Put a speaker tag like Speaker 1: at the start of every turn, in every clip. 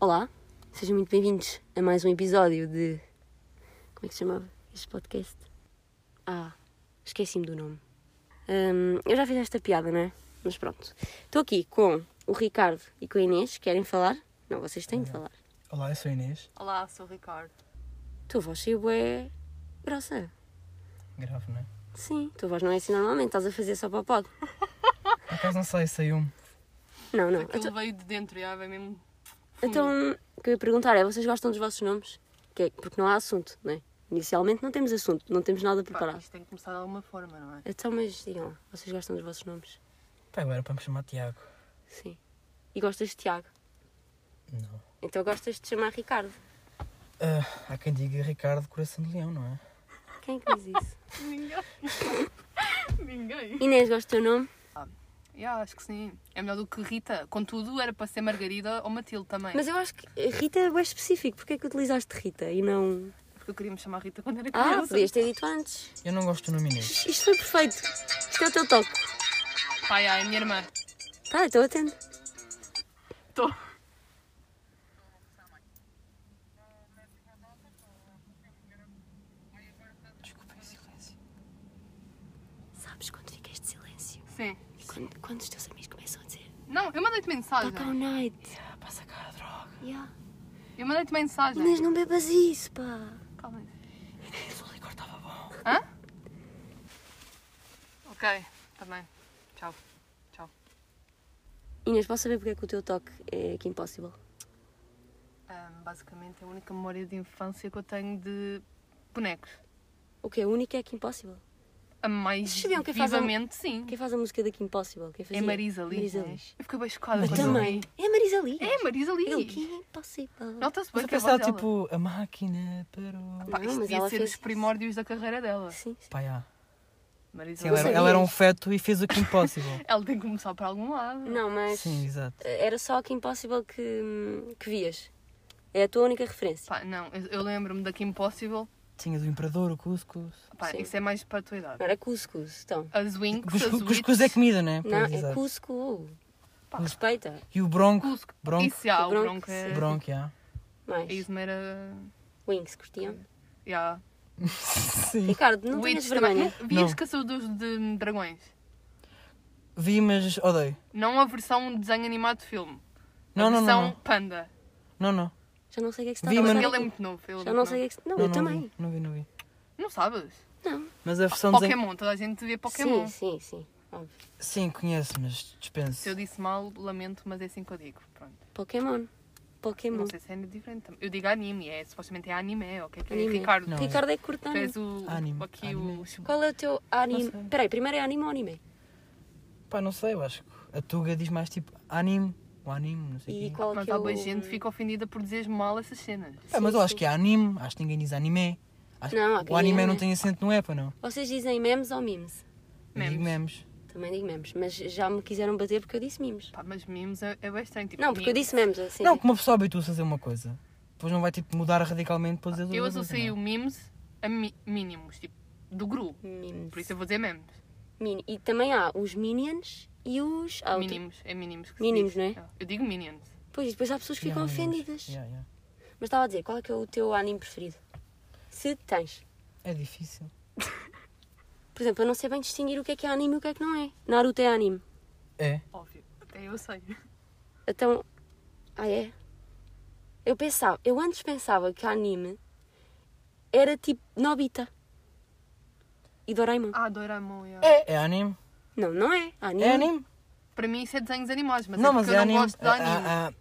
Speaker 1: Olá, sejam muito bem-vindos a mais um episódio de. Como é que se chamava este podcast? Ah, esqueci-me do nome. Hum, eu já fiz esta piada, não é? Mas pronto. Estou aqui com o Ricardo e com a Inês. Querem falar? Não, vocês têm de falar.
Speaker 2: Olá, eu sou a Inês.
Speaker 3: Olá, sou o Ricardo.
Speaker 1: Tua voz saiu é grossa.
Speaker 2: Grave, não é?
Speaker 1: Sim, tua voz não é assim normalmente, estás a fazer só para o pod.
Speaker 2: Por acaso não sei, saiu-me.
Speaker 1: Não, não.
Speaker 3: Aquilo
Speaker 1: Então,
Speaker 3: veio de dentro, já veio mesmo.
Speaker 1: então, o que eu ia perguntar é: vocês gostam dos vossos nomes? Que é- porque não há assunto, não é? Inicialmente não temos assunto, não temos nada
Speaker 3: Pá,
Speaker 1: preparado.
Speaker 3: isto tem que começar de alguma forma, não é?
Speaker 1: Então, mas digam lá, vocês gostam dos vossos nomes?
Speaker 2: Pá, agora é para me chamar Tiago.
Speaker 1: Sim. E gostas de Tiago?
Speaker 2: Não.
Speaker 1: Então gostas de chamar Ricardo?
Speaker 2: Ah, há quem diga Ricardo Coração de Leão, não é?
Speaker 1: Quem é que diz isso?
Speaker 3: Ninguém. Ninguém.
Speaker 1: Inês, gosta do teu nome?
Speaker 3: Já, acho que sim. É melhor do que Rita. Contudo, era para ser Margarida ou Matilde também.
Speaker 1: Mas eu acho que Rita é bem específico. Porquê é que utilizaste Rita e não.
Speaker 3: Porque eu queria me chamar Rita quando era
Speaker 1: Ah,
Speaker 3: criança.
Speaker 1: podias ter dito antes.
Speaker 2: Eu não gosto do nome Inês.
Speaker 1: Isto foi perfeito. Isto é o teu toque.
Speaker 3: Pai, ai, minha irmã.
Speaker 1: Tá, estou atento.
Speaker 3: Estou. Desculpem o silêncio.
Speaker 1: Sabes quando ficas de silêncio?
Speaker 3: Sim.
Speaker 1: Quando, quando os teus amigos começam a dizer
Speaker 3: Não, eu mandei-te mensagem.
Speaker 1: Back all night.
Speaker 3: Ah, Passa cá a droga.
Speaker 1: Yeah. tá.
Speaker 3: Eu mandei-te mensagem.
Speaker 1: Inês, não bebas isso, pá.
Speaker 3: Calma aí.
Speaker 2: Isso o licor estava bom.
Speaker 3: Hã? Ok, também. Tchau. Tchau.
Speaker 1: Inês, posso saber porque é que o teu toque é que impossible?
Speaker 3: Ahm, basicamente, é a única memória de infância que eu tenho de bonecos.
Speaker 1: O que é único é que impossible.
Speaker 3: A mais
Speaker 1: Vocês sabiam quem faz a-
Speaker 3: vivamente, sim.
Speaker 1: Quem faz a música da Kim Impossible? Quem
Speaker 3: É
Speaker 1: fazia?
Speaker 3: Marisa Lee.
Speaker 1: Marisa
Speaker 3: não é?
Speaker 1: Lee.
Speaker 3: Eu fiquei bem chocada.
Speaker 1: Eu
Speaker 3: quando eu
Speaker 1: também.
Speaker 3: vi.
Speaker 1: É a Marisa Lee.
Speaker 3: É, Marisa
Speaker 1: Eu
Speaker 3: Lee.
Speaker 1: que impossível.
Speaker 3: Nota-se
Speaker 2: Mas
Speaker 3: bem
Speaker 2: eu
Speaker 3: que a voz
Speaker 2: pensava,
Speaker 3: dela.
Speaker 2: tipo, a máquina parou.
Speaker 3: Pá, isto
Speaker 1: Não, mas ela
Speaker 3: devia ser
Speaker 1: fez
Speaker 3: os
Speaker 1: isso.
Speaker 3: primórdios da carreira dela.
Speaker 1: Sim, sim.
Speaker 2: Pá, já.
Speaker 3: Marisa
Speaker 2: Sim,
Speaker 3: Lee.
Speaker 2: ela, era, ela era um feto e fez o que impossível.
Speaker 3: Ela tem que começar por algum lado.
Speaker 1: Não, mas
Speaker 2: Sim, exato.
Speaker 1: eh, era só a Kim Possible que, hum, que vias. É a tua única referência.
Speaker 3: Pá, não, eu, eu lembro-me da Kim Possible.
Speaker 2: Tinha do Imperador, o Cuscus.
Speaker 3: Pá,
Speaker 1: Sim.
Speaker 3: isso é mais para a tua idade.
Speaker 1: Não era cuscuz, então.
Speaker 3: As Winx, as
Speaker 2: Cuscus,
Speaker 3: Witch.
Speaker 2: cuscus é comida, não é?
Speaker 1: Não,
Speaker 2: Pois,
Speaker 1: é
Speaker 2: exato.
Speaker 1: cuscuz.
Speaker 3: Pá.
Speaker 1: Respeita.
Speaker 2: E o Bronco.
Speaker 3: Cusco.
Speaker 2: Bronco.
Speaker 3: Isso, já, o
Speaker 1: Bronco,
Speaker 3: Bronco é...
Speaker 1: sim.
Speaker 2: Bronco, já.
Speaker 3: A
Speaker 1: Mais.
Speaker 3: Ismeira.
Speaker 1: Wings, curtiam?
Speaker 3: Yeah.
Speaker 2: Sim.
Speaker 1: Ricardo, não
Speaker 3: Witch
Speaker 1: tenhas
Speaker 3: Hum. também.
Speaker 1: vergonha.
Speaker 3: Vias
Speaker 2: Não.
Speaker 3: Caçadores de Dragões.
Speaker 2: Vi, mas odeio.
Speaker 3: Não a versão de desenho animado de filme. A
Speaker 2: Não, não,
Speaker 3: versão
Speaker 2: não.
Speaker 3: panda.
Speaker 2: Não, não.
Speaker 1: Já não sei o que é que se
Speaker 2: Vi,
Speaker 1: está a passar.
Speaker 2: mas-
Speaker 3: Porque ele é
Speaker 1: aqui.
Speaker 3: muito novo. ele
Speaker 1: Já
Speaker 3: é muito
Speaker 1: não sei o que
Speaker 3: novo.
Speaker 1: é que se... Não,
Speaker 2: não,
Speaker 1: eu
Speaker 2: não
Speaker 1: também.
Speaker 2: Vi, não vi, não vi.
Speaker 3: Não sabes?
Speaker 1: Não.
Speaker 2: Mas a versão desen-
Speaker 3: Pokémon, toda a gente vê Pokémon.
Speaker 1: Sim, sim, sim. Óbvio.
Speaker 2: Sim, conheço, mas
Speaker 3: Se eu
Speaker 2: dispenso.
Speaker 3: disse mal, lamento, mas é assim que eu digo. Pronto.
Speaker 1: Pokémon. Pokémon.
Speaker 3: Não sei se é diferente. também. Eu digo anime, é supostamente é anime, ok? Que é
Speaker 1: Anime.
Speaker 3: Ricardo.
Speaker 2: Não, é-
Speaker 1: Ricardo é que curta
Speaker 3: Tu
Speaker 1: anime.
Speaker 3: és o.
Speaker 2: Anime.
Speaker 3: Aqui
Speaker 2: Anime.
Speaker 3: o.
Speaker 1: Qual é o teu anime?
Speaker 2: Não sei.
Speaker 1: Peraí, primeiro é anime ou anime?
Speaker 2: Pá, não sei, eu acho que a Tuga diz mais tipo anime, ou anime, não sei
Speaker 1: E
Speaker 2: o quê.
Speaker 1: qual
Speaker 3: Mas
Speaker 1: que é
Speaker 3: há
Speaker 1: o...
Speaker 3: boa gente que fica ofendida por dizeres mal essas cenas.
Speaker 2: Pá, mas eu acho que é anime, acho que ninguém diz anime. Acho que
Speaker 1: Não, há quem
Speaker 2: o anime
Speaker 1: diga,
Speaker 2: não
Speaker 1: né?
Speaker 2: tem acento no EPA, não.
Speaker 1: Vocês dizem memes ou memes?
Speaker 2: Eu digo memes.
Speaker 1: Também digo memes, mas já me quiseram bater porque eu disse memes.
Speaker 3: Pá, mas memes é, é bem estranho. Tipo,
Speaker 1: Não, porque eu
Speaker 3: memes-
Speaker 1: disse memes, assim.
Speaker 2: Não, que uma pessoa habitua-se a fazer uma coisa. Depois não vai tipo mudar radicalmente para dizer outra
Speaker 3: Eu
Speaker 2: coisa,
Speaker 3: associei o
Speaker 2: não. é?
Speaker 3: memes a mi- mínimos, tipo, do grupo.
Speaker 1: Memes.
Speaker 3: Por isso eu vou dizer memes.
Speaker 1: Mini- E também há os minions e os. há outro-
Speaker 3: Mínimos, é mínimos que
Speaker 1: Ah,
Speaker 3: se
Speaker 1: Mínimos,
Speaker 3: diz. É.
Speaker 1: não
Speaker 3: Eu digo minions.
Speaker 1: Pois, e depois há pessoas que
Speaker 2: Yeah,
Speaker 1: ficam
Speaker 2: memes.
Speaker 1: ofendidas.
Speaker 2: Yeah, yeah.
Speaker 1: Mas estava a dizer, qual é que é o teu anime preferido? Se tens.
Speaker 2: É difícil.
Speaker 1: Por exemplo, eu não sei bem distinguir o que é que é anime e o que é que não é. Naruto é anime.
Speaker 2: É.
Speaker 3: Óbvio. Até eu sei.
Speaker 1: Então. Ah, é? Eu pensava. Eu antes pensava que anime era tipo Nobita e Doraemon.
Speaker 3: Ah, Doraemon, yeah.
Speaker 2: É, anime.
Speaker 1: Não, não é. Anime.
Speaker 2: É anime.
Speaker 3: Para mim isso é desenhos animados, Hum. mas
Speaker 2: não,
Speaker 3: é
Speaker 2: mas
Speaker 3: porque
Speaker 2: é
Speaker 3: eu
Speaker 2: anime.
Speaker 3: não gosto de
Speaker 2: Ah,
Speaker 3: anime.
Speaker 2: ah, ah.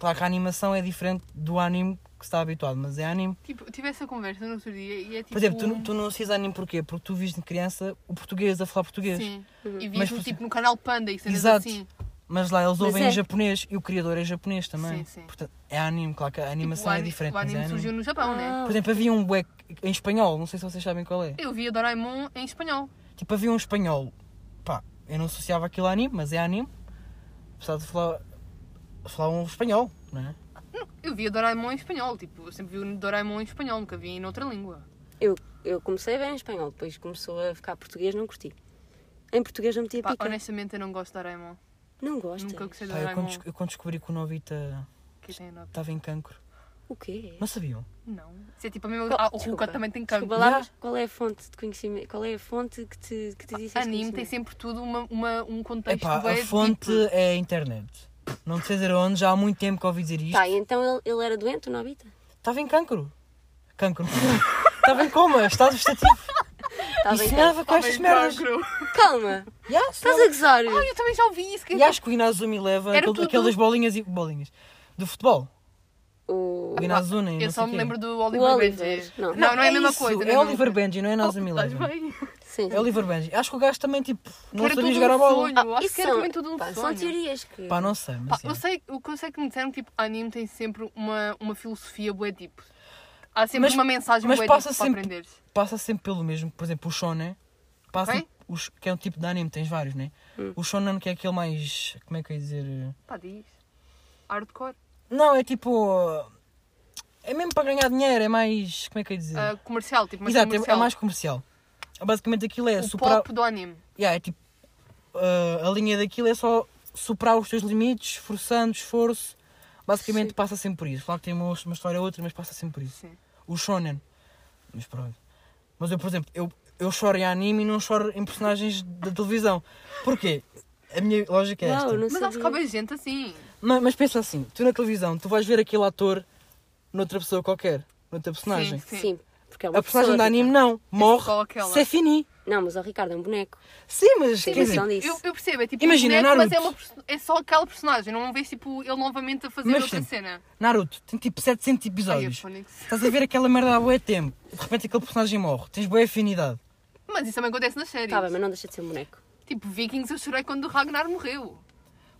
Speaker 2: Claro que a animação é diferente do anime que se está habituado, mas é anime.
Speaker 3: Tipo, tive essa conversa no outro dia e é tipo...
Speaker 2: Por exemplo, tu, não- tu não assistes anime porquê? Porque tu viste em criança o português a falar português.
Speaker 3: Sim. E
Speaker 2: Uhum. Mas
Speaker 3: vi-me
Speaker 2: por-
Speaker 3: tipo no canal Panda e cenas
Speaker 2: Exato.
Speaker 3: assim.
Speaker 2: Mas lá eles
Speaker 1: Mas
Speaker 2: ouvem
Speaker 1: é.
Speaker 2: em japonês e o criador é japonês também.
Speaker 3: Sim, sim.
Speaker 2: Portanto, é anime, claro que a animação
Speaker 3: Tipo, o
Speaker 2: é
Speaker 3: ani-
Speaker 2: diferente.
Speaker 3: O
Speaker 2: mas é
Speaker 3: anime
Speaker 2: anime.
Speaker 3: surgiu no Japão, né?
Speaker 1: Ah,
Speaker 2: Por exemplo, havia um bué em espanhol, não sei se vocês sabem qual é.
Speaker 3: Eu via Doraemon em espanhol.
Speaker 2: Tipo, havia um espanhol, pá, eu não associava aquilo a anime, mas é anime. Apesar de falar, falar um espanhol, não é?
Speaker 3: Não, Eu via Doraemon em espanhol, tipo, eu sempre vi o Doraemon em espanhol, nunca vi em outra língua.
Speaker 1: Eu, eu comecei bem em espanhol, depois começou a ficar português, não curti. Em português não metia
Speaker 3: Pá,
Speaker 1: pica.
Speaker 3: honestamente eu não gosto de Doraemon.
Speaker 1: Não gosto.
Speaker 3: Nunca gostei de
Speaker 2: Pá, eu, quando,
Speaker 3: Doraemon.
Speaker 2: des- eu quando descobri que o Novita
Speaker 3: que tem nove.
Speaker 2: Estava em cancro.
Speaker 1: O quê?
Speaker 2: Não sabiam?
Speaker 3: Não. Isso é tipo a mesma.
Speaker 1: Qual-
Speaker 3: Ah, o
Speaker 1: Desculpa.
Speaker 3: Ruka também tem cancro.
Speaker 1: Desculpa lá, mas qual é a fonte de conhecimento? Qual é a fonte que te, que te disse esse
Speaker 3: Ah, Anime tem
Speaker 1: conhecimento?
Speaker 3: sempre tudo uma, uma- um contexto.
Speaker 2: Epá,
Speaker 3: bué
Speaker 2: a
Speaker 3: de
Speaker 2: fonte
Speaker 3: tipo-
Speaker 2: é a internet. Não sei dizer onde, já há muito tempo que ouvi dizer isto.
Speaker 1: Tá, e então ele, ele era doente, o Nobita?
Speaker 2: Estava em cancro. Cancro. Estava em coma, estado vegetativo.
Speaker 1: Tá
Speaker 2: E
Speaker 1: bem,
Speaker 2: sonhava com
Speaker 3: Ah,
Speaker 2: estas
Speaker 3: bem,
Speaker 2: merdas.
Speaker 3: cancro.
Speaker 1: Calma!
Speaker 2: Yeah,
Speaker 1: Estás
Speaker 2: sonhava.
Speaker 1: a gozar?
Speaker 3: Ah, eu também já ouvi isso. Que...
Speaker 2: E acho que o Inazumi leva
Speaker 3: Era
Speaker 2: aquele-
Speaker 3: tudo- um.
Speaker 2: aquelas bolinhas e. bolinhas. Do futebol.
Speaker 1: O...
Speaker 2: O Inazumi.
Speaker 3: tipo, eu
Speaker 2: não
Speaker 3: só
Speaker 2: sei
Speaker 3: me
Speaker 2: quê.
Speaker 3: lembro do
Speaker 1: O
Speaker 3: Oliver
Speaker 1: Oliver.
Speaker 3: Benji.
Speaker 1: Não.
Speaker 3: Não, não, é a mesma
Speaker 2: isso,
Speaker 3: coisa. não
Speaker 2: É
Speaker 3: a mesma
Speaker 2: Oliver
Speaker 3: coisa.
Speaker 2: Benji, não é
Speaker 3: Oh,
Speaker 2: Inazumi
Speaker 3: estás
Speaker 2: Eleven.
Speaker 3: bem?
Speaker 1: Sim.
Speaker 2: É Oliver Benji. Acho que o gajo também, tipo, não
Speaker 3: Era
Speaker 2: sabia
Speaker 3: tudo
Speaker 2: jogar
Speaker 3: um
Speaker 2: a bola.
Speaker 3: sonho. Eu acho
Speaker 1: isso
Speaker 3: que era
Speaker 1: Ah, são-
Speaker 3: também tudo um
Speaker 1: pá, São
Speaker 3: sonho.
Speaker 1: teorias que...
Speaker 2: Pá, não sei, mas. assim, é. yeah.
Speaker 3: Pá, eu sei, o que eu sei que me disseram, tipo, anime tem sempre uma, uma filosofia bué tipo. Há sempre
Speaker 2: Mas-
Speaker 3: uma mensagem
Speaker 2: mas
Speaker 3: bué
Speaker 2: passa
Speaker 3: tipo, para
Speaker 2: sempre-
Speaker 3: aprenderes.
Speaker 2: passa sempre pelo mesmo. Por exemplo, o shonen, passa
Speaker 3: Ok.
Speaker 2: os, que é um tipo de anime, tens vários, né?
Speaker 3: Hum.
Speaker 2: O shonen que é aquele mais, como é que eu ia dizer?
Speaker 3: Pá, diz. Hardcore.
Speaker 2: Não, é tipo é mesmo para ganhar dinheiro, é mais, como é que eu ia dizer?
Speaker 3: Ah, comercial, tipo, mas
Speaker 2: Exato, é-
Speaker 3: comercial.
Speaker 2: é mais comercial. Basicamente aquilo é
Speaker 3: o
Speaker 2: superar,
Speaker 3: pop do anime.
Speaker 2: Yeah, é tipo, ah, a linha daquilo é só superar os teus limites, forçando, esforço. Basicamente
Speaker 1: Sim.
Speaker 2: passa sempre por isso. Claro que tem uma, uma história ou outra, mas passa sempre por isso.
Speaker 3: Sim.
Speaker 2: o shonen. Mas pronto. Mas eu, por exemplo, eu, eu choro em anime e não choro em personagens da televisão. Porquê? A minha lógica é esta.
Speaker 1: Uau, não
Speaker 3: Mas acho que há
Speaker 1: sabia.
Speaker 3: bem gente assim.
Speaker 2: Ma- mas, pensa assim, tu na televisão, tu vais ver aquele ator noutra pessoa qualquer, noutra personagem.
Speaker 3: Sim.
Speaker 1: Sim, porque é uma
Speaker 2: A personagem
Speaker 1: pessoa,
Speaker 2: da anime
Speaker 1: Ricardo.
Speaker 2: não, morre,
Speaker 3: só aquela.
Speaker 2: se é fini.
Speaker 1: Não, mas o Ricardo é um boneco.
Speaker 2: Sim, mas
Speaker 1: Sim,
Speaker 2: quer
Speaker 1: mas
Speaker 2: dizer,
Speaker 1: são disso.
Speaker 3: Eu, eu percebo, é tipo
Speaker 2: Imagina,
Speaker 3: um boneco, mas é,
Speaker 2: Naruto.
Speaker 3: uma perso- é só aquela personagem. Não vês, tipo, ele novamente a fazer
Speaker 2: Mas
Speaker 3: outra
Speaker 2: sim.
Speaker 3: cena.
Speaker 2: Naruto tem tipo 700
Speaker 3: Ai, é
Speaker 2: episódios.
Speaker 3: Phonics.
Speaker 2: Estás a ver aquela merda há bué tempo, de repente aquele personagem morre, tens boa afinidade.
Speaker 3: Mas isso também acontece nas séries.
Speaker 1: Tá bem, mas não deixa de ser um boneco.
Speaker 3: Tipo, Vikings eu chorei quando o Ragnar morreu.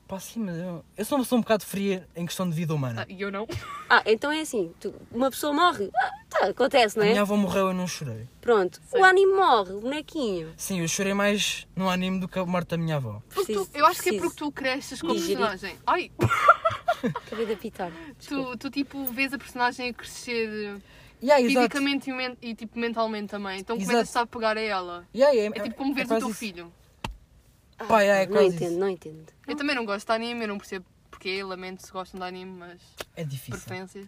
Speaker 2: Pá, sim, mas eu, eu sou uma pessoa um bocado fria em questão de vida humana.
Speaker 3: Ah, E eu não.
Speaker 1: Ah, então é assim, tu- uma pessoa morre, ah, tá, acontece, não
Speaker 2: A
Speaker 1: é?
Speaker 2: minha avó morreu e eu não chorei.
Speaker 1: Pronto, o anime morre, o bonequinho.
Speaker 2: Sim, eu chorei mais no anime do que a morte da minha avó.
Speaker 3: Porque tu-
Speaker 1: Preciso-
Speaker 3: eu acho que é
Speaker 1: preciso.
Speaker 3: porque tu cresces com a
Speaker 1: Digeri.
Speaker 3: personagem. Ai,
Speaker 1: Acabei de apitar.
Speaker 3: tu, tu tipo vês a personagem a crescer
Speaker 2: Yeah, exato.
Speaker 3: fisicamente e, men- e, tipo mentalmente também. Então
Speaker 2: Exato.
Speaker 3: começas a pegar a ela.
Speaker 2: Yeah, yeah,
Speaker 3: É tipo como veres o
Speaker 2: quase
Speaker 3: teu
Speaker 2: isso.
Speaker 3: filho.
Speaker 1: Ah,
Speaker 2: Pá, é, é
Speaker 1: não
Speaker 2: quase
Speaker 1: entendo,
Speaker 2: isso.
Speaker 1: não entendo.
Speaker 3: Eu também não gosto de anime, eu não percebo porque, lamento se gostam de anime, mas
Speaker 2: É difícil.
Speaker 3: preferências.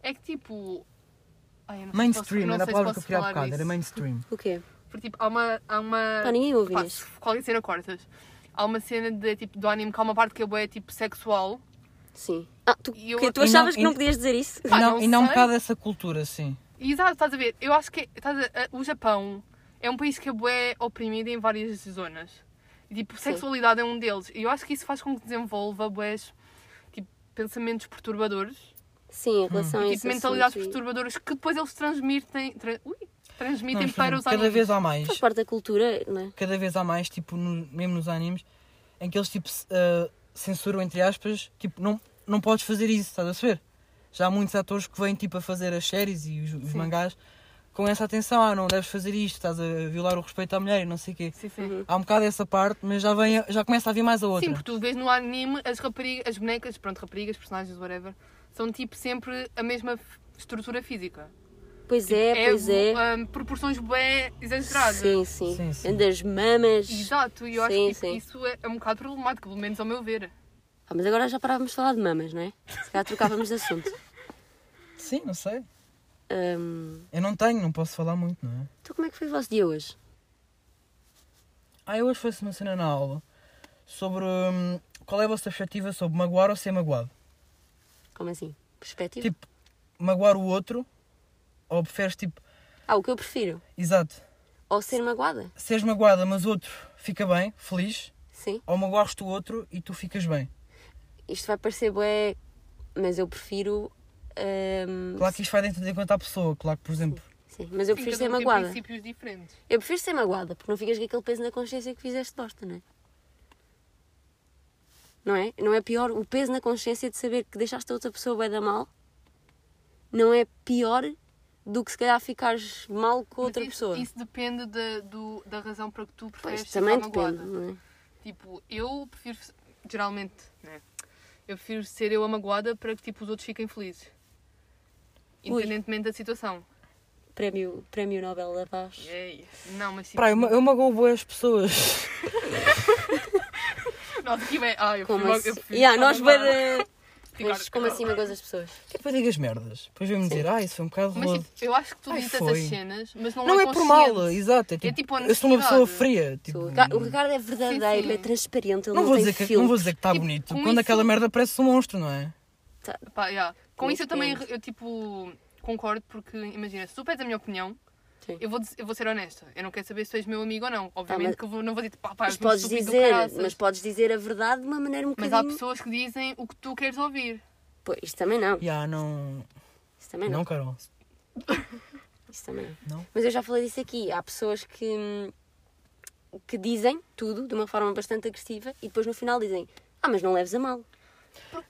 Speaker 3: É que tipo. Ai, eu não sei se posso-
Speaker 2: Mainstream,
Speaker 3: não
Speaker 2: era a
Speaker 3: sei se
Speaker 2: palavra que eu
Speaker 3: posso
Speaker 2: queria há
Speaker 3: falar
Speaker 2: bocado, era
Speaker 3: disso.
Speaker 2: mainstream.
Speaker 1: O quê?
Speaker 3: Porque tipo, há uma. Há uma...
Speaker 1: Pá, ninguém ouve
Speaker 3: Pá,
Speaker 1: Inês.
Speaker 3: se qualquer cena é cortas. Há uma cena de, tipo, do anime que há uma parte que é bué, tipo sexual.
Speaker 1: Sim. Ah, tu,
Speaker 3: E eu-
Speaker 1: que, tu
Speaker 2: e
Speaker 1: achavas
Speaker 2: não-
Speaker 1: que não
Speaker 2: e-
Speaker 1: podias dizer isso?
Speaker 2: E
Speaker 3: Pá,
Speaker 2: não,
Speaker 3: não
Speaker 2: e não um
Speaker 3: sei.
Speaker 2: bocado essa cultura, sim.
Speaker 3: E Exato, estás a ver? Eu acho que estás a- a- o Japão é um país que é bué oprimido em várias zonas. E, tipo,
Speaker 1: Sim.
Speaker 3: sexualidade é um deles. E eu acho que isso faz com que desenvolva bués, tipo, pensamentos perturbadores.
Speaker 1: Sim, em relação a
Speaker 3: e,
Speaker 1: isso.
Speaker 3: tipo, mentalidades perturbadoras que depois eles transmitem, tra- ui,
Speaker 2: Não,
Speaker 3: transmitem
Speaker 2: mas, por
Speaker 3: para
Speaker 2: exemplo,
Speaker 3: os
Speaker 2: cada
Speaker 3: animes.
Speaker 2: vez há mais,
Speaker 1: Faz parte da cultura, não é?
Speaker 2: cada vez há mais, tipo, no- mesmo nos animes, em que eles tipo se- ah, censuram entre aspas, tipo, não, não podes fazer isso, estás a saber? Já há muitos atores que vêm tipo a fazer as séries e os, os
Speaker 3: Sim.
Speaker 2: mangás com essa atenção, ah, não deves fazer isto, estás a violar o respeito à mulher e não sei o quê.
Speaker 3: Sim, sim.
Speaker 1: Uhum.
Speaker 2: Há um bocado essa parte, mas já, vem, já começa a vir mais a outra.
Speaker 3: Sim, porque tu vês no anime as raparigas, as bonecas, pronto, raparigas, personagens, whatever, são tipo sempre a mesma f- estrutura física.
Speaker 1: Pois é, pois é.
Speaker 3: hum, proporções bem exageradas.
Speaker 1: Sim, sim.
Speaker 2: Sim, sim.
Speaker 1: Andas mamas.
Speaker 3: Exato, e eu acho
Speaker 1: Sim,
Speaker 3: que tipo,
Speaker 1: sim.
Speaker 3: isso é é um bocado problemático, pelo menos ao meu ver.
Speaker 1: Ah, mas agora já parávamos de falar de mamas, não é? Se calhar trocávamos de assunto.
Speaker 2: Sim, não sei.
Speaker 1: Hum,
Speaker 2: Eu não tenho, não posso falar muito, não é?
Speaker 1: então como é que foi o vosso dia hoje?
Speaker 2: Ah, eu hoje faço uma cena na aula sobre hum, qual é a vossa perspectiva sobre magoar ou ser magoado.
Speaker 1: Como assim? Perspectiva?
Speaker 2: Tipo, magoar o outro ou preferes, tipo,
Speaker 1: Ah, o que eu prefiro?
Speaker 2: exato,
Speaker 1: Ou ser magoada?
Speaker 2: seres magoada mas o outro fica bem, feliz,
Speaker 1: Sim.
Speaker 2: ou magoares-te o outro e tu ficas bem.
Speaker 1: Isto vai parecer bué, mas eu prefiro... hum,
Speaker 2: Claro que isto vai dentro de enquanto a pessoa, claro que, por exemplo,
Speaker 1: Sim, mas eu
Speaker 3: Sim,
Speaker 1: prefiro ser
Speaker 3: cada um tem
Speaker 1: magoada.
Speaker 3: princípios diferentes.
Speaker 1: Eu prefiro ser magoada, porque não ficas com aquele peso na consciência que fizeste bosta, não é? Não é? Não é pior o peso na consciência de saber que deixaste a outra pessoa bem da mal? Não é pior do que se calhar ficares mal com
Speaker 3: Mas
Speaker 1: outra
Speaker 3: isso,
Speaker 1: pessoa?
Speaker 3: Isso depende da- do- da razão para que tu preferes
Speaker 1: pois,
Speaker 3: ser
Speaker 1: também
Speaker 3: magoada.
Speaker 1: depende, não é?
Speaker 3: Tipo, eu prefiro, geralmente, né? Eu prefiro ser eu a magoada para que tipo, os outros fiquem felizes.
Speaker 1: Ui.
Speaker 3: Independentemente da situação.
Speaker 1: Prémio, prémio Nobel da Paz.
Speaker 3: Não, mas tipo.
Speaker 2: Pá, eu, ma- eu magoo boas pessoas.
Speaker 3: Nós aqui bem. Ah, eu
Speaker 1: Como
Speaker 3: prefiro.
Speaker 1: assim?
Speaker 3: é, eu prefiro
Speaker 1: Yeah,
Speaker 3: estar
Speaker 1: nós
Speaker 3: magoada.
Speaker 1: para.
Speaker 3: criticar.
Speaker 1: Mas como assim magoas as pessoas?
Speaker 2: Que é para digas merdas. Depois vem-me dizer, ah, isso foi um bocado
Speaker 3: Mas
Speaker 2: rude.
Speaker 3: tipo, eu acho que tu
Speaker 2: Ai,
Speaker 3: ditas
Speaker 2: foi.
Speaker 3: essas cenas, mas não,
Speaker 2: Não é por mal,
Speaker 3: consciente.
Speaker 2: exato. É tipo,
Speaker 3: tipo
Speaker 2: eu sou uma pessoa
Speaker 3: honestidade.
Speaker 2: fria. Tipo,
Speaker 1: O Ricardo- o Ricardo é verdadeiro,
Speaker 3: Sim, sim.
Speaker 1: é transparente, ele
Speaker 2: não,
Speaker 1: não,
Speaker 2: vou
Speaker 1: tem
Speaker 2: dizer que,
Speaker 1: filtro.
Speaker 2: não vou dizer que está
Speaker 3: Tipo,
Speaker 2: bonito.
Speaker 3: com
Speaker 2: Quando
Speaker 3: isso-
Speaker 2: aquela merda parece um monstro, não é?
Speaker 3: Pá, yeah. Com
Speaker 1: Não
Speaker 3: isso eu também
Speaker 1: depende.
Speaker 3: eu, tipo, concordo, porque imagina, se tu pedes a minha opinião,
Speaker 1: Sim. Ah,
Speaker 3: eu vou, dizer- eu vou ser honesta. Eu não quero saber se tu és meu amigo ou não. Obviamente
Speaker 1: mas-
Speaker 3: que eu vou- não vou dizer, pá, pá,
Speaker 1: Mas
Speaker 3: és muito
Speaker 1: podes
Speaker 3: estúpido do
Speaker 1: dizer,
Speaker 3: caraças.
Speaker 1: mas podes dizer a verdade de uma maneira um
Speaker 3: Mas
Speaker 1: bocadinho.
Speaker 3: há pessoas que dizem o que tu queres ouvir.
Speaker 1: Pois, isto também não.
Speaker 2: Já, não.
Speaker 1: Isto também não.
Speaker 2: Não, Carol.
Speaker 1: Isto também não.
Speaker 2: Não?
Speaker 1: Mas eu já falei disso aqui. Há pessoas que, hum, que dizem tudo de uma forma bastante agressiva e depois no final dizem. Ah, mas não leves a mal.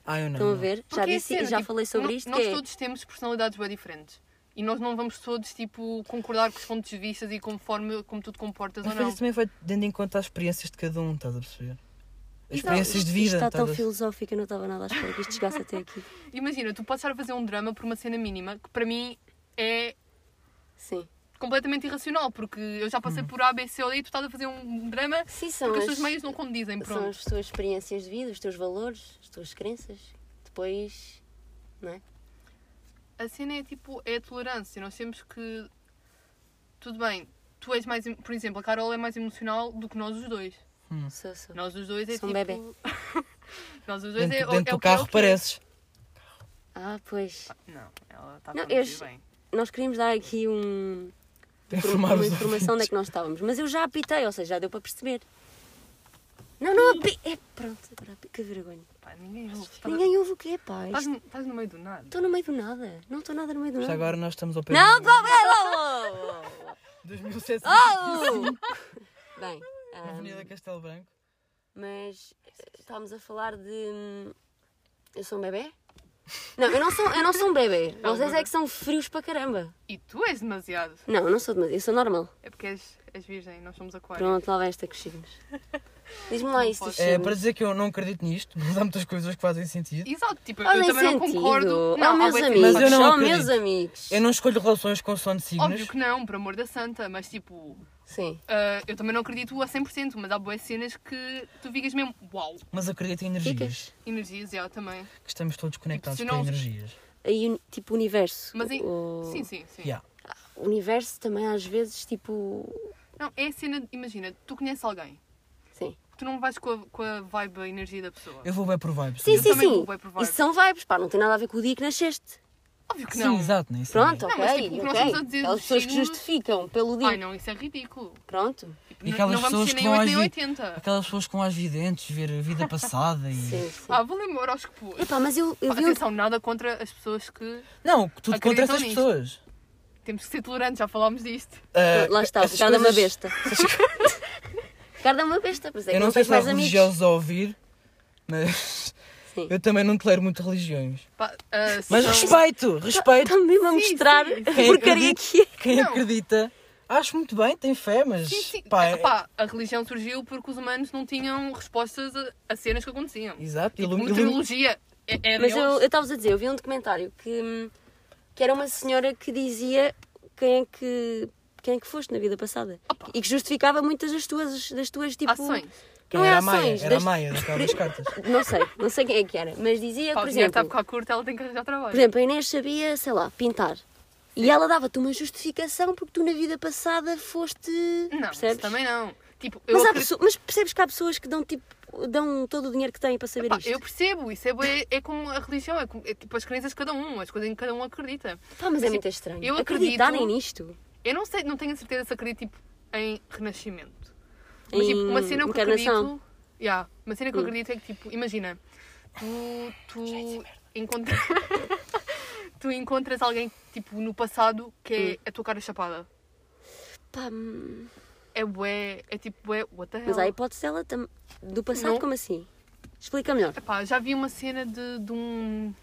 Speaker 2: Ah, eu não.
Speaker 1: Estão a
Speaker 2: não.
Speaker 1: ver?
Speaker 3: Porque
Speaker 1: já
Speaker 3: é
Speaker 1: disse,
Speaker 3: cena,
Speaker 1: já
Speaker 3: tipo,
Speaker 1: falei sobre
Speaker 3: no-
Speaker 1: isto.
Speaker 3: Nós
Speaker 1: que é,
Speaker 3: todos temos personalidades bem diferentes. E nós não vamos todos, tipo, concordar com os pontos de vista e conforme como tu te comportas
Speaker 2: Mas
Speaker 3: ou não.
Speaker 2: depois isso também vai tendo em conta as experiências de cada um, estás a perceber? As
Speaker 3: Então,
Speaker 2: experiências
Speaker 1: isto
Speaker 2: de vida.
Speaker 1: está tão
Speaker 2: estás a-
Speaker 1: filosófico, eu não estava nada à espera que isto chegasse até aqui.
Speaker 3: Imagina, tu podes estar a fazer um drama por uma cena mínima que para mim é
Speaker 1: Sim.
Speaker 3: completamente irracional, porque eu já
Speaker 1: Hum.
Speaker 3: passei por A, B, C ou D e tu estás a fazer um drama
Speaker 1: Sim, são
Speaker 3: porque as
Speaker 1: as- assim,
Speaker 3: tuas meias não condizem,
Speaker 1: são
Speaker 3: pronto.
Speaker 1: as tuas experiências de vida, os teus valores, as tuas crenças. Depois, não é?
Speaker 3: A cena é tipo, é a tolerância, nós temos que... Tudo bem, tu és mais... em- Por exemplo, a Carol é mais emocional do que nós os dois.
Speaker 2: Hum.
Speaker 1: Sou, sou.
Speaker 3: Nós os dois é
Speaker 1: Sou um
Speaker 3: tipo...
Speaker 1: bebê.
Speaker 3: nós os dois
Speaker 2: Dentro,
Speaker 3: é,
Speaker 2: dentro
Speaker 3: é
Speaker 2: do
Speaker 3: o que é,
Speaker 2: carro
Speaker 3: o que é.
Speaker 2: pareces.
Speaker 1: Ah, pois.
Speaker 3: Não, ela está
Speaker 1: Não,
Speaker 3: a conduzir
Speaker 1: eu-
Speaker 3: bem.
Speaker 1: Nós queríamos dar aqui um,
Speaker 2: Tem que
Speaker 1: uma
Speaker 2: formar os
Speaker 1: informação onde é que nós estávamos, mas eu já apitei, ou seja, já deu para perceber. Não, não api... É, pronto, agora api... que vergonha.
Speaker 3: Pá, ninguém ouve. Estás-
Speaker 1: Ninguém ouve o que é, pá.
Speaker 3: Estás,
Speaker 1: Isto-
Speaker 3: no- estás no meio do nada.
Speaker 1: Estou no meio do nada. Não estou nada no meio do
Speaker 2: Já
Speaker 1: nada.
Speaker 2: agora nós estamos ao pé
Speaker 1: Não,
Speaker 2: do-
Speaker 1: pá, pera, oh,
Speaker 2: 2007.
Speaker 1: oh, oh. Bem,
Speaker 2: na
Speaker 1: ah,
Speaker 2: Avenida Castelo Branco.
Speaker 1: mas eh, estávamos a falar de... hum, Eu sou um bebê? Não, eu não sou, eu não sou um bebê. Vocês é que são frios para caramba.
Speaker 3: E tu és demasiado.
Speaker 1: Não, eu não sou demasiado. Eu sou normal.
Speaker 3: É porque és, és virgem, nós somos aquários.
Speaker 1: Pronto, lá vai esta com os signos. Diz-me lá isso dos
Speaker 2: É, para
Speaker 1: signos.
Speaker 2: dizer que eu não acredito nisto, mas há muitas coisas que fazem sentido.
Speaker 3: Exato, tipo,
Speaker 1: Olha,
Speaker 3: eu também não
Speaker 1: sentido.
Speaker 3: concordo.
Speaker 1: Não,
Speaker 3: há
Speaker 1: meus
Speaker 3: bué de
Speaker 1: amigos.
Speaker 2: Mas eu não
Speaker 1: oh,
Speaker 2: acredito.
Speaker 1: meus amigos.
Speaker 2: Eu não escolho relações com som de signos.
Speaker 3: Óbvio que não, por amor da santa, mas tipo,
Speaker 1: Sim.
Speaker 3: ah, eu também não acredito a 100%, mas há boas cenas que tu ficas mesmo, uau,
Speaker 2: Mas acredito em energias.
Speaker 1: Ficas.
Speaker 3: energias, eu também.
Speaker 2: Que estamos todos conectados
Speaker 3: se
Speaker 2: por
Speaker 3: não-
Speaker 2: energias.
Speaker 1: Aí, o- tipo, o universo.
Speaker 3: Mas em-
Speaker 1: o...
Speaker 3: Sim, sim, sim.
Speaker 2: Yeah.
Speaker 1: O universo também, às vezes, tipo.
Speaker 3: Não, é a cena, de- imagina, tu conheces alguém,
Speaker 1: Sim.
Speaker 3: tu não vais com a, com a vibe, a energia da pessoa.
Speaker 2: Eu vou bem por vibes.
Speaker 1: Sim,
Speaker 2: né?
Speaker 1: sim,
Speaker 3: também
Speaker 1: sim.
Speaker 3: vou bem por vibes.
Speaker 1: Isso são vibes, pá, não tem nada a ver com o dia que nasceste.
Speaker 3: Óbvio que
Speaker 2: Sim,
Speaker 3: não.
Speaker 2: exato. Nem sei.
Speaker 1: Pronto,
Speaker 3: Não,
Speaker 1: ok,
Speaker 3: mas, tipo, o que nós
Speaker 1: ok.
Speaker 3: estamos a dizer
Speaker 1: Aquelas
Speaker 3: dos
Speaker 1: pessoas que
Speaker 3: signos-
Speaker 1: justificam pelo dia.
Speaker 3: Ai não, isso é ridículo.
Speaker 1: Pronto.
Speaker 3: Tipo,
Speaker 2: E
Speaker 3: n-
Speaker 2: aquelas
Speaker 3: não vamos
Speaker 2: pessoas
Speaker 3: ser
Speaker 2: que
Speaker 3: nem
Speaker 2: vão
Speaker 3: 8
Speaker 2: às
Speaker 3: nem
Speaker 2: vi-
Speaker 3: 80.
Speaker 2: Aquelas pessoas que vão às videntes ver a vida passada e.
Speaker 1: Sim, sim.
Speaker 3: Ah, vou lembrar o horóscopo.
Speaker 1: Epá, mas eu, eu
Speaker 3: Pá,
Speaker 1: vi um...
Speaker 3: Atenção, nada contra as pessoas que
Speaker 2: Não, tudo
Speaker 3: Acreditam
Speaker 2: contra essas
Speaker 3: nisto.
Speaker 2: pessoas.
Speaker 3: temos que ser tolerantes, já falámos disto.
Speaker 2: Ah,
Speaker 1: Lá está, o
Speaker 2: essas
Speaker 1: Ricardo é uma
Speaker 2: coisas-
Speaker 1: besta. Ricardo é uma besta, por isso é que
Speaker 2: Eu não sei
Speaker 1: tens
Speaker 2: se há
Speaker 1: mais amigos.
Speaker 2: religiosos a ouvir, mas
Speaker 1: Sim.
Speaker 2: eu também não tolero muito religiões.
Speaker 3: Pá, ah, se
Speaker 2: Mas
Speaker 3: são-
Speaker 2: respeito, respeito.
Speaker 1: Está-me mesmo a mostrar
Speaker 3: sim.
Speaker 1: a porcaria que é.
Speaker 2: Quem
Speaker 3: então, Não.
Speaker 2: acredita, acho muito bem, tem fé, mas
Speaker 3: Sim, sim.
Speaker 2: pá, é-
Speaker 3: Epá, a religião surgiu porque os humanos não tinham respostas a, a cenas que aconteciam.
Speaker 2: Exato,
Speaker 3: Tipo,
Speaker 2: ilumi- ilumi-
Speaker 3: meteorologia é, é
Speaker 1: Mas eu
Speaker 3: Deus.
Speaker 1: eu estava-vos a dizer, eu vi um documentário que, hum, que era uma senhora que dizia quem é que, quem é que foste na vida passada. E que justificava muitas das tuas, das tuas tipo.
Speaker 3: Ações.
Speaker 1: Não é
Speaker 3: assim,
Speaker 2: era a Maia,
Speaker 1: ações.
Speaker 2: era a
Speaker 1: das-
Speaker 2: Maia daquela das cartas.
Speaker 1: Não sei, não sei quem é que era. Mas dizia,
Speaker 3: Pá,
Speaker 1: por
Speaker 3: o tá dinheiro está é a
Speaker 1: exemplo,
Speaker 3: ficar curto, ela tem que arranjar trabalho.
Speaker 1: por exemplo, a Inês sabia, sei lá, pintar. E ela dava-te uma justificação porque tu na vida passada foste.
Speaker 3: não,
Speaker 1: percebes?
Speaker 3: isso também não. Tipo, eu,
Speaker 1: Mas, há
Speaker 3: acredito-
Speaker 1: pessoa- mas percebes que há pessoas que dão tipo. dão todo o dinheiro que têm para saber
Speaker 3: Pá,
Speaker 1: isto.
Speaker 3: eu percebo, isso é, bué- é como a religião, é, como, é tipo as crenças de cada um, as coisas em que cada um acredita.
Speaker 1: Pá, mas é
Speaker 3: assim,
Speaker 1: muito estranho.
Speaker 3: eu
Speaker 1: Acreditarem
Speaker 3: acredito-
Speaker 1: nisto.
Speaker 3: Eu não sei, não tenho a certeza se acredito tipo, em renascimento. Mas tipo, uma
Speaker 1: Em
Speaker 3: cena que eu
Speaker 1: encarnação. Hum.
Speaker 3: acredito. Yeah, uma cena que eu acredito é que tipo, imagina, tu, tu encontras. tu encontras alguém tipo no passado que
Speaker 1: Hum.
Speaker 3: é a tua cara chapada.
Speaker 1: Pá, hum,
Speaker 3: É bué, é tipo bué, what the hell?
Speaker 1: Mas há a hipótese dela tam- do passado,
Speaker 3: Não.
Speaker 1: como assim? Explica melhor.
Speaker 3: Epá, já vi uma cena de, de um.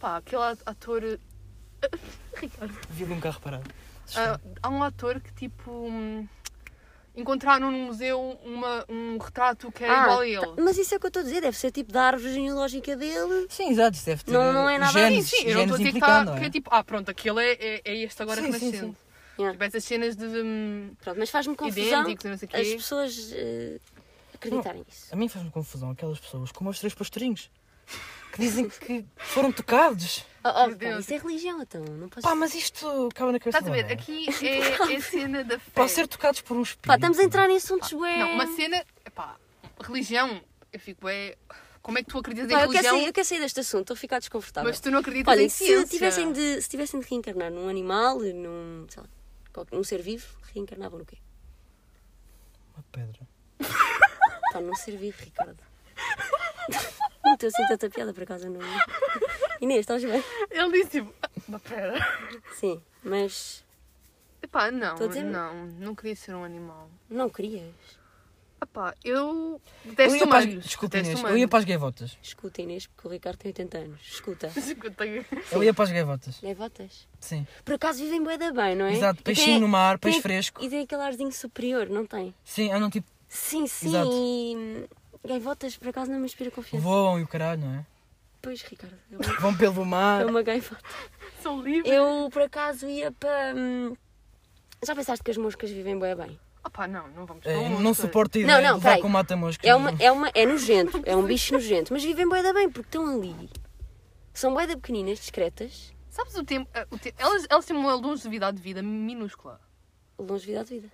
Speaker 3: Pá, aquele at- ator. Ricardo.
Speaker 2: Vi de um carro parado.
Speaker 3: Ah, há um ator que tipo. hum, Encontraram num museu uma, um retrato que era igual a ele.
Speaker 1: tá- mas isso é o que eu estou a dizer, deve ser tipo da árvore genealógica dele.
Speaker 2: Sim, exato, isso deve ter.
Speaker 1: Não- não é nada-
Speaker 2: genes,
Speaker 3: Sim, sim, eu não estou
Speaker 2: genes
Speaker 3: a dizer que,
Speaker 2: implicando,
Speaker 3: tá-
Speaker 2: Hum, não é?
Speaker 3: que é tipo, ah, pronto, aquele é, é, é este agora
Speaker 2: Sim, sim,
Speaker 3: renascente.
Speaker 1: Yeah.
Speaker 3: Tipo, essas cenas de. hum,
Speaker 1: Pronto, mas faz-me confusão
Speaker 3: Idênticos, não sei quê.
Speaker 1: as pessoas eh, acreditarem nisso.
Speaker 2: A mim faz-me confusão aquelas pessoas como os três pastorinhos. que dizem que foram tocados.
Speaker 1: Oh, oh,
Speaker 3: Meu
Speaker 1: pá,
Speaker 3: Deus.
Speaker 1: isso é religião, então. Não posso.
Speaker 2: Pá, mas isto acaba na cabeça
Speaker 3: Estás a ver?
Speaker 2: do homem.
Speaker 3: Aqui é, é cena da fé.
Speaker 2: Para ser tocados por um espírito.
Speaker 1: Pá, estamos a entrar em assuntos bué.
Speaker 3: Não, uma cena. Pá, religião. Eu fico, é. Como é que tu acreditas em
Speaker 1: Pá, eu, quero
Speaker 3: religião,
Speaker 1: sair, eu quero sair deste assunto, estou a ficar desconfortável.
Speaker 3: mas tu não acreditas
Speaker 1: assim, Olha,
Speaker 3: em ciência?
Speaker 1: se tivessem, de, se tivessem de reencarnar num animal, num, sei lá, qualquer- num ser vivo, reencarnavam no quê?
Speaker 2: Uma pedra.
Speaker 1: Pá, num ser vivo, Ricardo. Não estou a sentir tanta piada por acaso, não. Inês, estás bem?
Speaker 3: Ele disse tipo. "Ah, Mas pera.
Speaker 1: Sim, mas
Speaker 3: Epá, não,
Speaker 1: Tô a dizer-
Speaker 3: não, não queria ser um animal.
Speaker 1: não querias.
Speaker 3: Epá, eu
Speaker 2: Eu
Speaker 3: detesto
Speaker 2: ia, para as...
Speaker 3: humanos.
Speaker 2: Desculpa,
Speaker 3: detesto
Speaker 2: Inês, eu
Speaker 3: humanos.
Speaker 2: ia para as gaivotas.
Speaker 1: Escuta, Inês, porque o Ricardo tem 80 anos. Escuta.
Speaker 3: Eu tenho-
Speaker 2: Eu ia para as gaivotas.
Speaker 1: Gaivotas.
Speaker 2: Sim.
Speaker 1: Por acaso vivem bué da bem, não é?
Speaker 2: Exato,
Speaker 1: E
Speaker 2: peixinho
Speaker 1: tem-
Speaker 2: no mar,
Speaker 1: tem-
Speaker 2: peixe fresco.
Speaker 1: E tem aquele arzinho superior, não tem?
Speaker 2: Sim, andam tipo,
Speaker 1: Sim, sim.
Speaker 2: Exato.
Speaker 1: E hum, gaivotas, por acaso, não me inspira confiança.
Speaker 2: voam e o caralho, não é?
Speaker 1: Pois, Ricardo, é uma-
Speaker 2: Vão pelo mar.
Speaker 1: é uma gaivota.
Speaker 3: Sou livre.
Speaker 1: Eu, por acaso, ia para... hum, Já pensaste que as moscas vivem bué bem?
Speaker 3: Opá, não, não vamos.
Speaker 2: É,
Speaker 3: vamos,
Speaker 2: não
Speaker 3: vamos.
Speaker 2: suporto a
Speaker 1: Não,
Speaker 2: ideia
Speaker 1: não,
Speaker 2: de levar
Speaker 1: peraí.
Speaker 2: com mata-moscas.
Speaker 1: É, uma, é, uma, é nojento, é um bicho nojento, mas vivem bué da bem, porque estão ali. São bué da pequeninas, discretas,
Speaker 3: Sabes o tempo. ah, o te- Elas, elas têm uma longevidade de vida minúscula.
Speaker 1: longevidade de vida.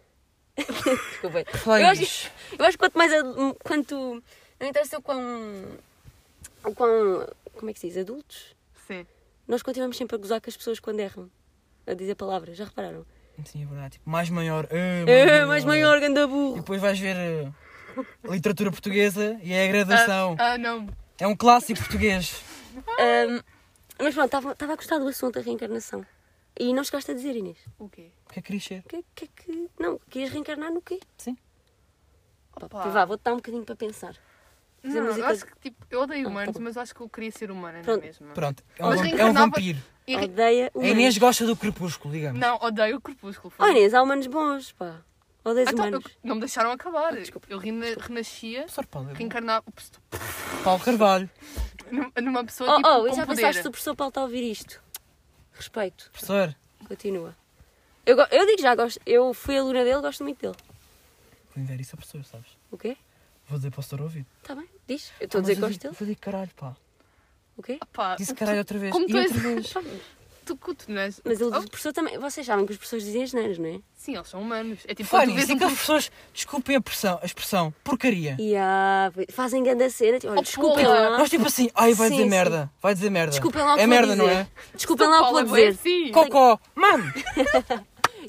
Speaker 1: Desculpa.
Speaker 2: Pois.
Speaker 1: Eu acho, eu acho que quanto mais. ad- Quanto, não interessa o quão. O quão. Como é que se diz? Adultos.
Speaker 3: Sim.
Speaker 1: Nós continuamos sempre a gozar com as pessoas quando erram. A dizer palavras, já repararam?
Speaker 2: Sim, é verdade. Tipo, mais maior. ah,
Speaker 1: É, mais maior, ganda
Speaker 2: E
Speaker 1: burro.
Speaker 2: depois vais ver ah, literatura portuguesa e é a graduação.
Speaker 3: Ah, ah, não.
Speaker 2: É um clássico português.
Speaker 1: Ahm, mas pronto, estava- estava a gostar do assunto da reencarnação. E não chegaste a dizer, Inês.
Speaker 3: O quê?
Speaker 2: O que é que querias ser?
Speaker 1: O que, que, que. Não, querias reencarnar no quê?
Speaker 2: Sim.
Speaker 3: Opá.
Speaker 1: Vá, vou-te dar um bocadinho para pensar. Fazer
Speaker 3: Não,
Speaker 1: música
Speaker 3: eu
Speaker 1: de-
Speaker 3: acho que tipo, eu odeio
Speaker 1: Ah,
Speaker 3: humanos,
Speaker 1: tá bom.
Speaker 3: mas eu acho que eu queria ser humana, não é
Speaker 1: Pronto.
Speaker 3: mesmo?
Speaker 2: Pronto, é um,
Speaker 3: Mas
Speaker 2: vamp- é um
Speaker 3: reencarnava-
Speaker 2: vampiro.
Speaker 3: E-
Speaker 1: Odeia
Speaker 2: A
Speaker 1: humanos.
Speaker 2: Inês gosta do crepúsculo, digamos.
Speaker 3: Não, odeio o crepúsculo.
Speaker 1: Oh, Inês, há humanos bons, pá. Odeias
Speaker 3: Então, eu-
Speaker 1: humanos. Ah,
Speaker 3: não me deixaram acabar.
Speaker 1: desculpa,
Speaker 3: eu rena- renascia,
Speaker 2: Professor Paulo,
Speaker 3: reencarnava
Speaker 2: Paulo Carvalho.
Speaker 3: num- numa pessoa
Speaker 1: Oh,
Speaker 3: tipo,
Speaker 1: oh,
Speaker 3: com
Speaker 1: e já
Speaker 3: poder.
Speaker 1: pensaste se o professor Paulo está a ouvir isto? Respeito.
Speaker 2: Professor,
Speaker 1: Continua. Eu, go- eu digo já, gosto, eu fui aluna dele, gosto muito dele.
Speaker 2: vou enviar isso ao professor, sabes?
Speaker 1: O quê?
Speaker 2: Vou dizer para o senhor ouvir.
Speaker 1: Está bem? Diz. Eu estou a
Speaker 2: Ah,
Speaker 1: dizer que
Speaker 2: mas eu
Speaker 1: gosto
Speaker 2: digo-
Speaker 1: dele.
Speaker 2: Vou dizer caralho, pá.
Speaker 1: O quê?
Speaker 3: Pá,
Speaker 2: Disse
Speaker 3: tu-
Speaker 2: caralho outra vez.
Speaker 3: como
Speaker 2: e
Speaker 3: tu és-
Speaker 2: outra vez.
Speaker 3: Tu, tu, tu não és...
Speaker 1: Mas ele,
Speaker 3: Oh,
Speaker 1: o professor também. Vocês sabem que os professores dizem as neiras, não é?
Speaker 3: sim, eles são humanos. É tipo, quando
Speaker 2: Fanny, isso
Speaker 3: tu vês
Speaker 2: é
Speaker 3: um
Speaker 2: que as pessoas desculpem a, pressão, a expressão, porcaria.
Speaker 1: E há. Fazem grande cena. Tipo, olha,
Speaker 3: Oh,
Speaker 1: desculpem
Speaker 3: porra.
Speaker 1: lá.
Speaker 2: Nós tipo assim, ai vai
Speaker 1: Sim,
Speaker 2: dizer
Speaker 1: sim.
Speaker 2: merda, vai dizer merda.
Speaker 1: Desculpem lá o que
Speaker 2: É
Speaker 1: vou
Speaker 2: merda,
Speaker 1: dizer.
Speaker 2: não é?
Speaker 1: Desculpem lá o que vou
Speaker 3: Paulo é bué
Speaker 1: dizer.
Speaker 3: assim.
Speaker 2: Cocó, mano!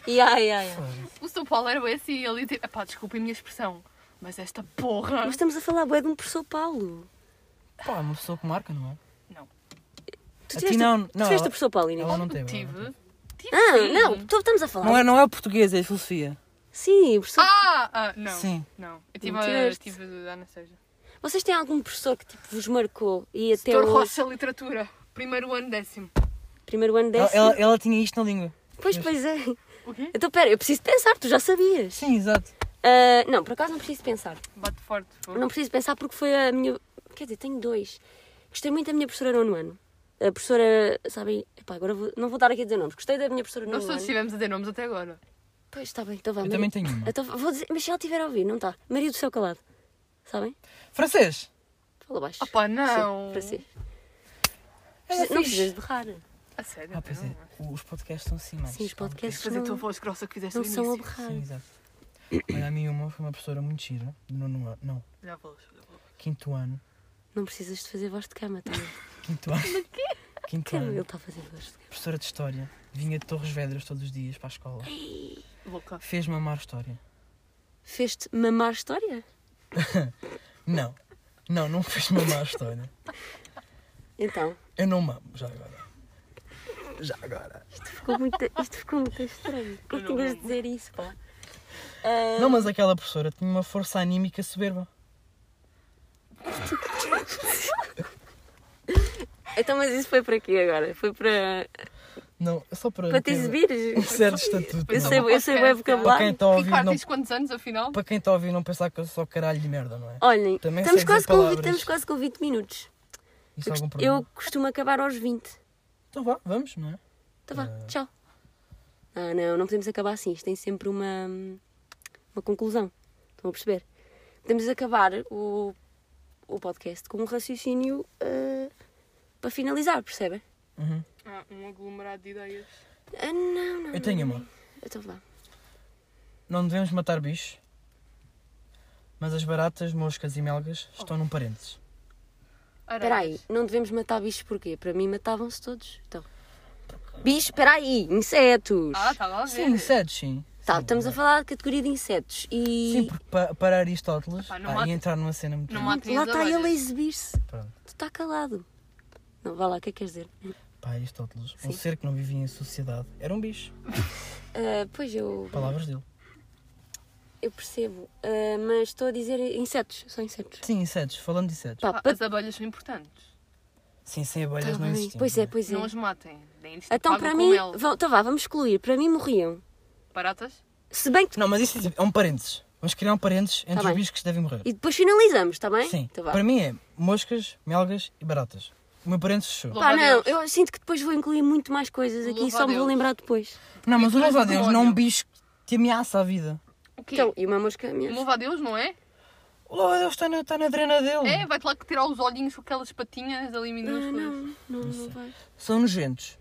Speaker 1: E há, e há, e há.
Speaker 3: O São Paulo era bué assim. Ele dizia, pá, desculpem a minha expressão, mas esta porra...
Speaker 1: Nós estamos a falar, bué, de um professor Paulo.
Speaker 2: Pá, é uma pessoa que marca, não é?
Speaker 3: Não.
Speaker 1: Tu
Speaker 2: A ti
Speaker 1: tiveste,
Speaker 2: não-
Speaker 1: tu
Speaker 2: não,
Speaker 1: tiveste
Speaker 2: ela-
Speaker 1: o professor Paulo, Inês?
Speaker 2: ela não
Speaker 3: Eu
Speaker 2: teve. ela não
Speaker 3: tive... tipo,
Speaker 2: teve.
Speaker 3: Tive
Speaker 1: Ah,
Speaker 3: sim.
Speaker 1: não, tu- estamos a falar.
Speaker 2: Não é, não é português, é filosofia.
Speaker 1: Sim, professor.
Speaker 3: Ah, ah, não.
Speaker 2: Sim.
Speaker 3: Não. Eu tive
Speaker 1: Não
Speaker 3: a,
Speaker 1: tiveste.
Speaker 3: tive a Ana Seja.
Speaker 1: Vocês têm algum professor que tipo, vos marcou e até
Speaker 3: Doutor
Speaker 1: hoje,
Speaker 3: Rocha Literatura. Primeiro ano, décimo.
Speaker 1: primeiro ano
Speaker 2: Ela,
Speaker 1: desse?
Speaker 2: ela, ela tinha isto na língua.
Speaker 1: Pois, pois é.
Speaker 3: O quê?
Speaker 1: Então, pera, eu preciso pensar, tu já sabias.
Speaker 2: Sim, exato.
Speaker 1: Ah, não, por acaso não preciso pensar.
Speaker 3: Bate forte. pô.
Speaker 1: Não preciso pensar porque foi a minha. Quer dizer, tenho dois. Gostei muito da minha professora nono ano. A professora, sabem, epá, agora vou- não vou dar aqui a dizer nomes. Gostei da minha professora
Speaker 3: Nós
Speaker 1: nono
Speaker 3: todos
Speaker 1: um ano.
Speaker 3: estivemos a ter nomes até agora.
Speaker 1: Pois está bem, então vá.
Speaker 2: Eu
Speaker 1: Maria-
Speaker 2: também tenho uma.
Speaker 1: Então, vou dizer, mas se ela estiver a ouvir, não está. Maria do Céu Calado. Sabem?
Speaker 2: Francês.
Speaker 1: Fala baixo.
Speaker 3: Opa, não.
Speaker 1: Sim, para ser.
Speaker 2: Era
Speaker 1: não
Speaker 2: fixe.
Speaker 1: precisas de berrar.
Speaker 3: A sério?
Speaker 2: Ah, pois é.
Speaker 3: não.
Speaker 2: Os podcasts são assim, mas.
Speaker 1: Sim, os podcasts
Speaker 3: Fazer a tua
Speaker 1: não,
Speaker 3: voz grossa que fizeste
Speaker 1: não
Speaker 3: no
Speaker 1: são a
Speaker 3: início.
Speaker 1: berrar.
Speaker 2: Sim, exato. Olha, a minha uma foi uma professora muito gira. No, no, não,
Speaker 3: Já vou, já vou.
Speaker 2: quinto ano.
Speaker 1: Não precisas de fazer voz de cama também.
Speaker 2: Quinto ano. Quinto
Speaker 1: Cama, ele
Speaker 2: ano.
Speaker 1: está a fazer voz de cama.
Speaker 2: Professora de História. Vinha de Torres Vedras todos os dias para a escola.
Speaker 3: Louca.
Speaker 2: Fez-me amar História.
Speaker 1: Fez-te mamar história?
Speaker 2: Não. Não, não fez mamar a história.
Speaker 1: Então,
Speaker 2: Eu não mamo, já agora. Já agora.
Speaker 1: ficou muito, isto ficou muito estranho. Como tinhas de dizer isso, pá? Ah,
Speaker 2: Não, mas aquela professora tinha uma força anímica soberba.
Speaker 1: Então, mas isso foi para quê agora? Foi para,
Speaker 2: Não, é só para.
Speaker 1: para te
Speaker 2: ter Um
Speaker 1: exibires?
Speaker 2: certo estatuto.
Speaker 1: Eu
Speaker 2: não.
Speaker 1: sei, eu sei bem
Speaker 2: Para quem
Speaker 1: vocabulário.
Speaker 2: está a ouvir,
Speaker 3: Ricardo,
Speaker 2: não.
Speaker 3: tens quantos anos, afinal?
Speaker 2: Para quem está a ouvir, não pensar que eu sou caralho de merda, não é?
Speaker 1: Olhem,
Speaker 2: Também
Speaker 1: estamos
Speaker 2: sei dizer
Speaker 1: quase, com, vi-
Speaker 2: palavras.
Speaker 1: estamos quase com 20 minutos.
Speaker 2: Isso
Speaker 1: Eu,
Speaker 2: é algum
Speaker 1: cost-
Speaker 2: problema?
Speaker 1: eu costumo acabar aos 20.
Speaker 2: Então vá, vamos, não é?
Speaker 1: Então vá, tchau. Ah, não, não podemos acabar assim. Isto tem sempre uma, uma conclusão. Estão a perceber? Podemos acabar o, o podcast com um raciocínio ah, para finalizar, percebem?
Speaker 2: Uhum.
Speaker 3: Ah, um aglomerado de ideias.
Speaker 1: Ah, não, não.
Speaker 2: Eu tenho
Speaker 1: não.
Speaker 2: uma.
Speaker 1: Então vá.
Speaker 2: Não devemos matar bichos, mas as baratas, moscas e melgas estão num parênteses.
Speaker 1: Espera aí, não devemos matar bichos porquê? Para mim matavam-se todos. Então. Bichos, espera aí, insetos.
Speaker 3: Ah, está lá a ver.
Speaker 2: Sim, insetos, sim.
Speaker 1: Tá,
Speaker 2: Sim,
Speaker 1: estamos a falar de categoria de insetos e
Speaker 2: Sim, porque pa- para Aristóteles
Speaker 3: Epá, não
Speaker 2: ah,
Speaker 3: mata-
Speaker 2: ia entrar numa cena muito
Speaker 3: não
Speaker 2: grande.
Speaker 3: matem
Speaker 1: lá
Speaker 3: as
Speaker 1: está ele a
Speaker 3: abelhas.
Speaker 1: exibir-se.
Speaker 2: Pronto.
Speaker 1: Tu está calado. Não, vá lá, o que é que queres dizer?
Speaker 2: Pá, Aristóteles,
Speaker 1: Sim.
Speaker 2: um ser que não vivia em sociedade, era um bicho.
Speaker 1: Ah, pois eu,
Speaker 2: Palavras dele.
Speaker 1: eu percebo, ah, mas estou a dizer insetos, só insetos.
Speaker 2: Sim, insetos, falando de insetos.
Speaker 1: Pá,
Speaker 3: Ah,
Speaker 1: pa-
Speaker 3: As abelhas são importantes.
Speaker 2: Sim, sem abelhas
Speaker 1: tá
Speaker 2: não
Speaker 1: bem.
Speaker 2: existimos.
Speaker 1: Pois é, pois é.
Speaker 3: Não as matem. Deem-lhes tipo
Speaker 1: Então
Speaker 3: água
Speaker 1: para
Speaker 3: com
Speaker 1: mim,
Speaker 3: mel.
Speaker 1: vão- então vá, vamos excluir, para mim morriam.
Speaker 3: Baratas?
Speaker 1: Se bem que
Speaker 2: Não, mas isso é um parênteses. Vamos criar um parênteses entre
Speaker 1: Tá bem.
Speaker 2: os bichos que devem morrer.
Speaker 1: E depois finalizamos, está bem?
Speaker 2: Sim,
Speaker 1: Então vá.
Speaker 2: para mim é moscas, melgas e baratas. O meu parênteses fechou.
Speaker 3: Bom.
Speaker 1: Pá,
Speaker 3: Louva a
Speaker 1: não,
Speaker 3: Então Deus.
Speaker 1: eu sinto que depois vou incluir muito mais coisas aqui e
Speaker 3: Louva
Speaker 1: só
Speaker 3: a
Speaker 1: me vou
Speaker 3: Deus.
Speaker 1: lembrar depois.
Speaker 2: Não, mas o
Speaker 3: E
Speaker 2: louva a
Speaker 3: demônio.
Speaker 2: Deus não é um bicho que te ameaça a vida.
Speaker 3: O quê?
Speaker 1: Então, e uma mosca
Speaker 3: Um
Speaker 1: minha.
Speaker 3: louva a Deus, não é?
Speaker 2: O louva a Oh, Deus está na, está na drena dele.
Speaker 3: É, vai-te lá que tirar os olhinhos com aquelas patinhas ali
Speaker 1: Não,
Speaker 3: minúsculas.
Speaker 1: não, não, não vai.
Speaker 2: São nojentos.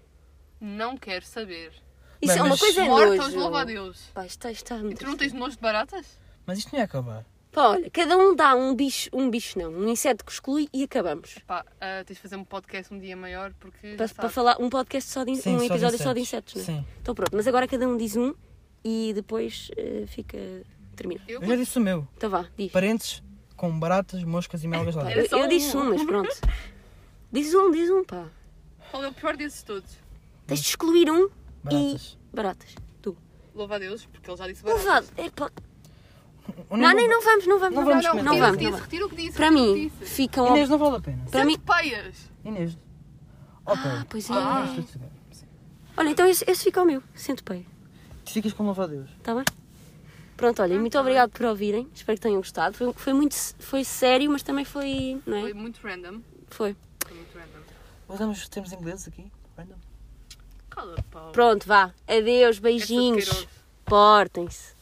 Speaker 3: Não quero saber.
Speaker 1: Isso
Speaker 2: Bem,
Speaker 1: é uma
Speaker 2: mas
Speaker 1: coisa é
Speaker 3: Morta os
Speaker 1: nojo.
Speaker 3: louva a Deus.
Speaker 1: Pá, isto está, isto está
Speaker 3: E
Speaker 1: muito
Speaker 3: tu não
Speaker 1: assim.
Speaker 3: tens nojo de baratas?
Speaker 2: Mas isto não ia acabar.
Speaker 1: Pá, olha, cada um dá um bicho, um bicho não, um inseto que exclui e acabamos.
Speaker 3: Pá, ah, tens de fazer um podcast um dia maior porque. já
Speaker 1: Para, para
Speaker 3: sabes.
Speaker 1: falar um podcast só de in-
Speaker 2: Sim,
Speaker 1: um
Speaker 2: só de
Speaker 1: episódio só de insetos, não é?
Speaker 2: Sim.
Speaker 1: Então pronto, mas agora cada um diz um e depois eh, fica. termina.
Speaker 3: Eu,
Speaker 2: Eu já disse o meu.
Speaker 1: Então vá, diz.
Speaker 2: Parênteses com baratas, moscas e melgas lá
Speaker 1: Eu,
Speaker 2: dentro.
Speaker 3: Era só
Speaker 1: eu disse
Speaker 3: um.
Speaker 1: um, mas pronto. Diz um, diz um, pá.
Speaker 3: qual é o pior desses todos?
Speaker 1: Tens de excluir um
Speaker 2: Baratas.
Speaker 1: e baratas. Tu.
Speaker 3: Louva a Deus, porque ele já disse baratas.
Speaker 1: Louvado. É, pá.
Speaker 2: O
Speaker 1: Não,
Speaker 2: nome-
Speaker 1: nem não vamos, não vamos, não
Speaker 2: Não
Speaker 1: vamos.
Speaker 2: vamos
Speaker 1: Não,
Speaker 2: comentar.
Speaker 1: vamos, não vamos.
Speaker 3: retira o que disse, retira o que disse.
Speaker 1: Para
Speaker 3: retira o
Speaker 1: mim,
Speaker 3: que disse.
Speaker 1: ficam.
Speaker 2: Inês, não vale a pena.
Speaker 1: Para mim.
Speaker 3: Sente peias.
Speaker 2: Inês. Ok.
Speaker 1: Ah, pois é.
Speaker 3: Ah.
Speaker 1: Olha, então esse, esse fica o meu. Sinto bem.
Speaker 2: Tu ficas com louva a Deus.
Speaker 1: Está bem? Pronto, olha, muito obrigado por ouvirem. Espero que tenham gostado. Foi, foi muito foi sério, mas também foi. Não
Speaker 3: Foi
Speaker 1: é?
Speaker 3: muito random.
Speaker 1: Foi.
Speaker 3: Foi muito random.
Speaker 2: Usamos termos ingleses aqui? Random.
Speaker 3: Cala pau.
Speaker 1: Pronto, vá. Adeus,
Speaker 3: Essa de
Speaker 1: beijinhos.
Speaker 3: Queiroz.
Speaker 1: Portem-se.